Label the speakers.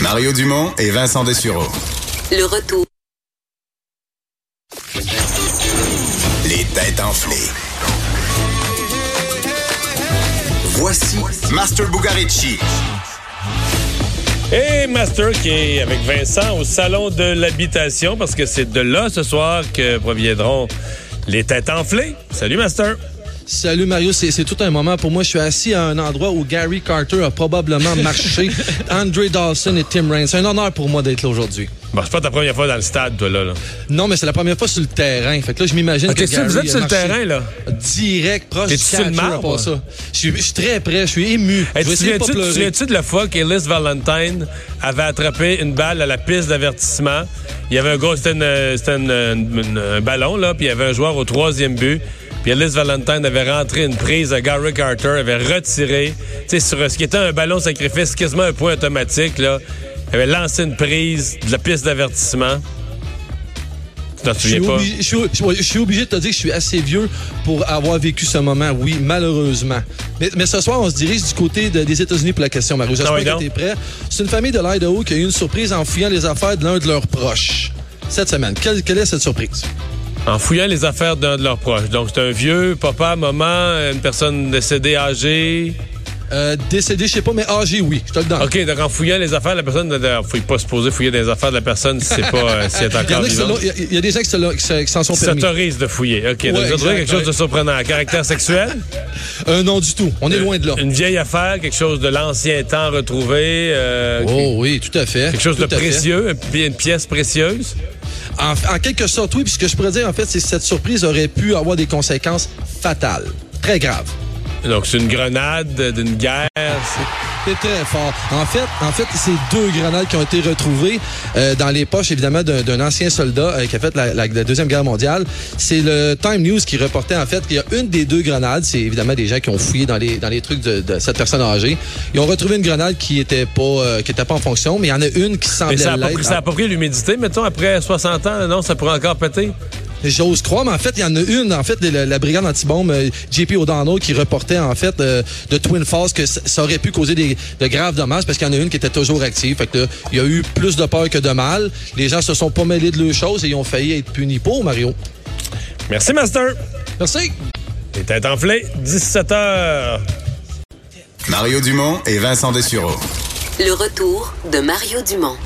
Speaker 1: Mario Dumont et Vincent Dessureau.
Speaker 2: Le retour.
Speaker 1: Les têtes enflées. Voici Master Bugarici.
Speaker 3: Et Master qui est avec Vincent au salon de l'habitation parce que c'est de là ce soir que proviendront les têtes enflées. Salut Master.
Speaker 4: Salut Mario, c'est c'est tout un moment pour moi. Je suis assis à un endroit où Gary Carter a probablement marché, Andre Dawson et Tim Raines. C'est un honneur pour moi d'être là aujourd'hui.
Speaker 3: Bon, c'est pas ta première fois dans le stade, toi, là. là.
Speaker 4: Non, mais c'est la première fois sur le terrain. Fait que là, je m'imagine
Speaker 3: Ah,
Speaker 4: que
Speaker 3: t'es sûr,
Speaker 4: Gary
Speaker 3: vous êtes
Speaker 4: a
Speaker 3: sur le
Speaker 4: marché
Speaker 3: terrain, là?
Speaker 4: Direct, proche du
Speaker 3: T'es-tu sur le
Speaker 4: catcher, à
Speaker 3: marbre?
Speaker 4: part ça. Je suis, je suis très près, je suis ému.
Speaker 3: Hey,
Speaker 4: je vais
Speaker 3: tu te
Speaker 4: essayer
Speaker 3: souviens-tu
Speaker 4: de pas
Speaker 3: tu te
Speaker 4: pleurer.
Speaker 3: souviens-tu de la fois qu'Ellis Valentine avait attrapé une balle à la piste d'avertissement? Il y avait un gars, c'était une, euh, c'était une, euh, une- un ballon, là, puis il y avait un joueur au troisième but. Puis Ellis Valentine avait rentré une prise à Gary Carter, avait retiré, tu sais, sur ce qui était un ballon sacrifice, quasiment un point automatique, là. Il avait lancé une prise de la piste d'avertissement. Tu t'en
Speaker 4: Je suis
Speaker 3: souviens pas?
Speaker 4: obligé- je suis- je suis- je suis obligé de te dire que je suis assez vieux pour avoir vécu ce moment, oui, malheureusement. Mais, mais ce soir, on se dirige du côté de- des États-Unis pour la question, Mario. J'espère
Speaker 3: Ah oui,
Speaker 4: que
Speaker 3: donc.
Speaker 4: t'es prêt. C'est une famille de l'Idaho qui a eu une surprise en fouillant les affaires de l'un de leurs proches cette semaine. Quelle, quelle est cette surprise?
Speaker 3: En fouillant les affaires d'un de leurs proches. Donc, c'est un vieux, papa, maman, une personne décédée, âgée.
Speaker 4: Euh, décédé, je sais pas, mais âgé, oui. Je te le donne.
Speaker 3: OK, donc en fouillant les affaires de la personne, d'ailleurs, faut pas se poser fouiller des affaires de la personne si c'est pas euh, si elle est
Speaker 4: Il y, en
Speaker 3: encore
Speaker 4: a qui se
Speaker 3: vivante.
Speaker 4: l'ont- il y a- il y a des gens qui se l'ont- qui se- qui s'en sont
Speaker 3: Qui
Speaker 4: permis.
Speaker 3: s'autorise de fouiller. OK, donc
Speaker 4: Ouais,
Speaker 3: vous avez trouvé
Speaker 4: exact,
Speaker 3: quelque chose
Speaker 4: ouais.
Speaker 3: de surprenant. Caractère sexuel,
Speaker 4: Euh, non, du tout. On est loin de là.
Speaker 3: une vieille affaire, quelque chose de l'ancien temps retrouvé, euh,
Speaker 4: Oh oui, tout à fait.
Speaker 3: quelque chose de
Speaker 4: Tout à fait.
Speaker 3: précieux, une pi- une pièce précieuse.
Speaker 4: En, en quelque sorte, oui. Puis ce que je pourrais dire, en fait, c'est que cette surprise aurait pu avoir des conséquences fatales. Très graves.
Speaker 3: Donc, c'est une grenade d'une guerre. c'est-
Speaker 4: C'est très fort. En fait, en fait, c'est deux grenades qui ont été retrouvées euh, dans les poches, évidemment, d'un d'un ancien soldat euh, qui a fait la, la- la Deuxième Guerre mondiale. C'est le Time News qui reportait, en fait, qu'il y a une des deux grenades. C'est évidemment des gens qui ont fouillé dans les, dans les trucs de, de cette personne âgée. Ils ont retrouvé une grenade qui était pas, euh, qui était pas en fonction, mais il y en a une qui semblait
Speaker 3: Mais ça a pas pris,
Speaker 4: l'être.
Speaker 3: ça a pas pris l'humidité, mettons, après 60 ans, non, ça pourrait encore péter.
Speaker 4: J'ose croire, mais en fait, il y en a une, en fait, de la, la brigade antibombe, euh, JP O'Donnell, qui reportait, en fait, euh, de Twin Falls que ça ça aurait pu causer des, de graves dommages parce qu'il y en a une qui était toujours active. Fait que là, il y a eu plus de peur que de mal. Les gens se sont pas mêlés de leurs choses et ils ont failli être punis pour, Mario.
Speaker 3: Merci, Master.
Speaker 4: Merci.
Speaker 3: Les têtes enflées, 17 h
Speaker 1: Mario Dumont et Vincent Dessureau.
Speaker 2: Le retour de Mario Dumont.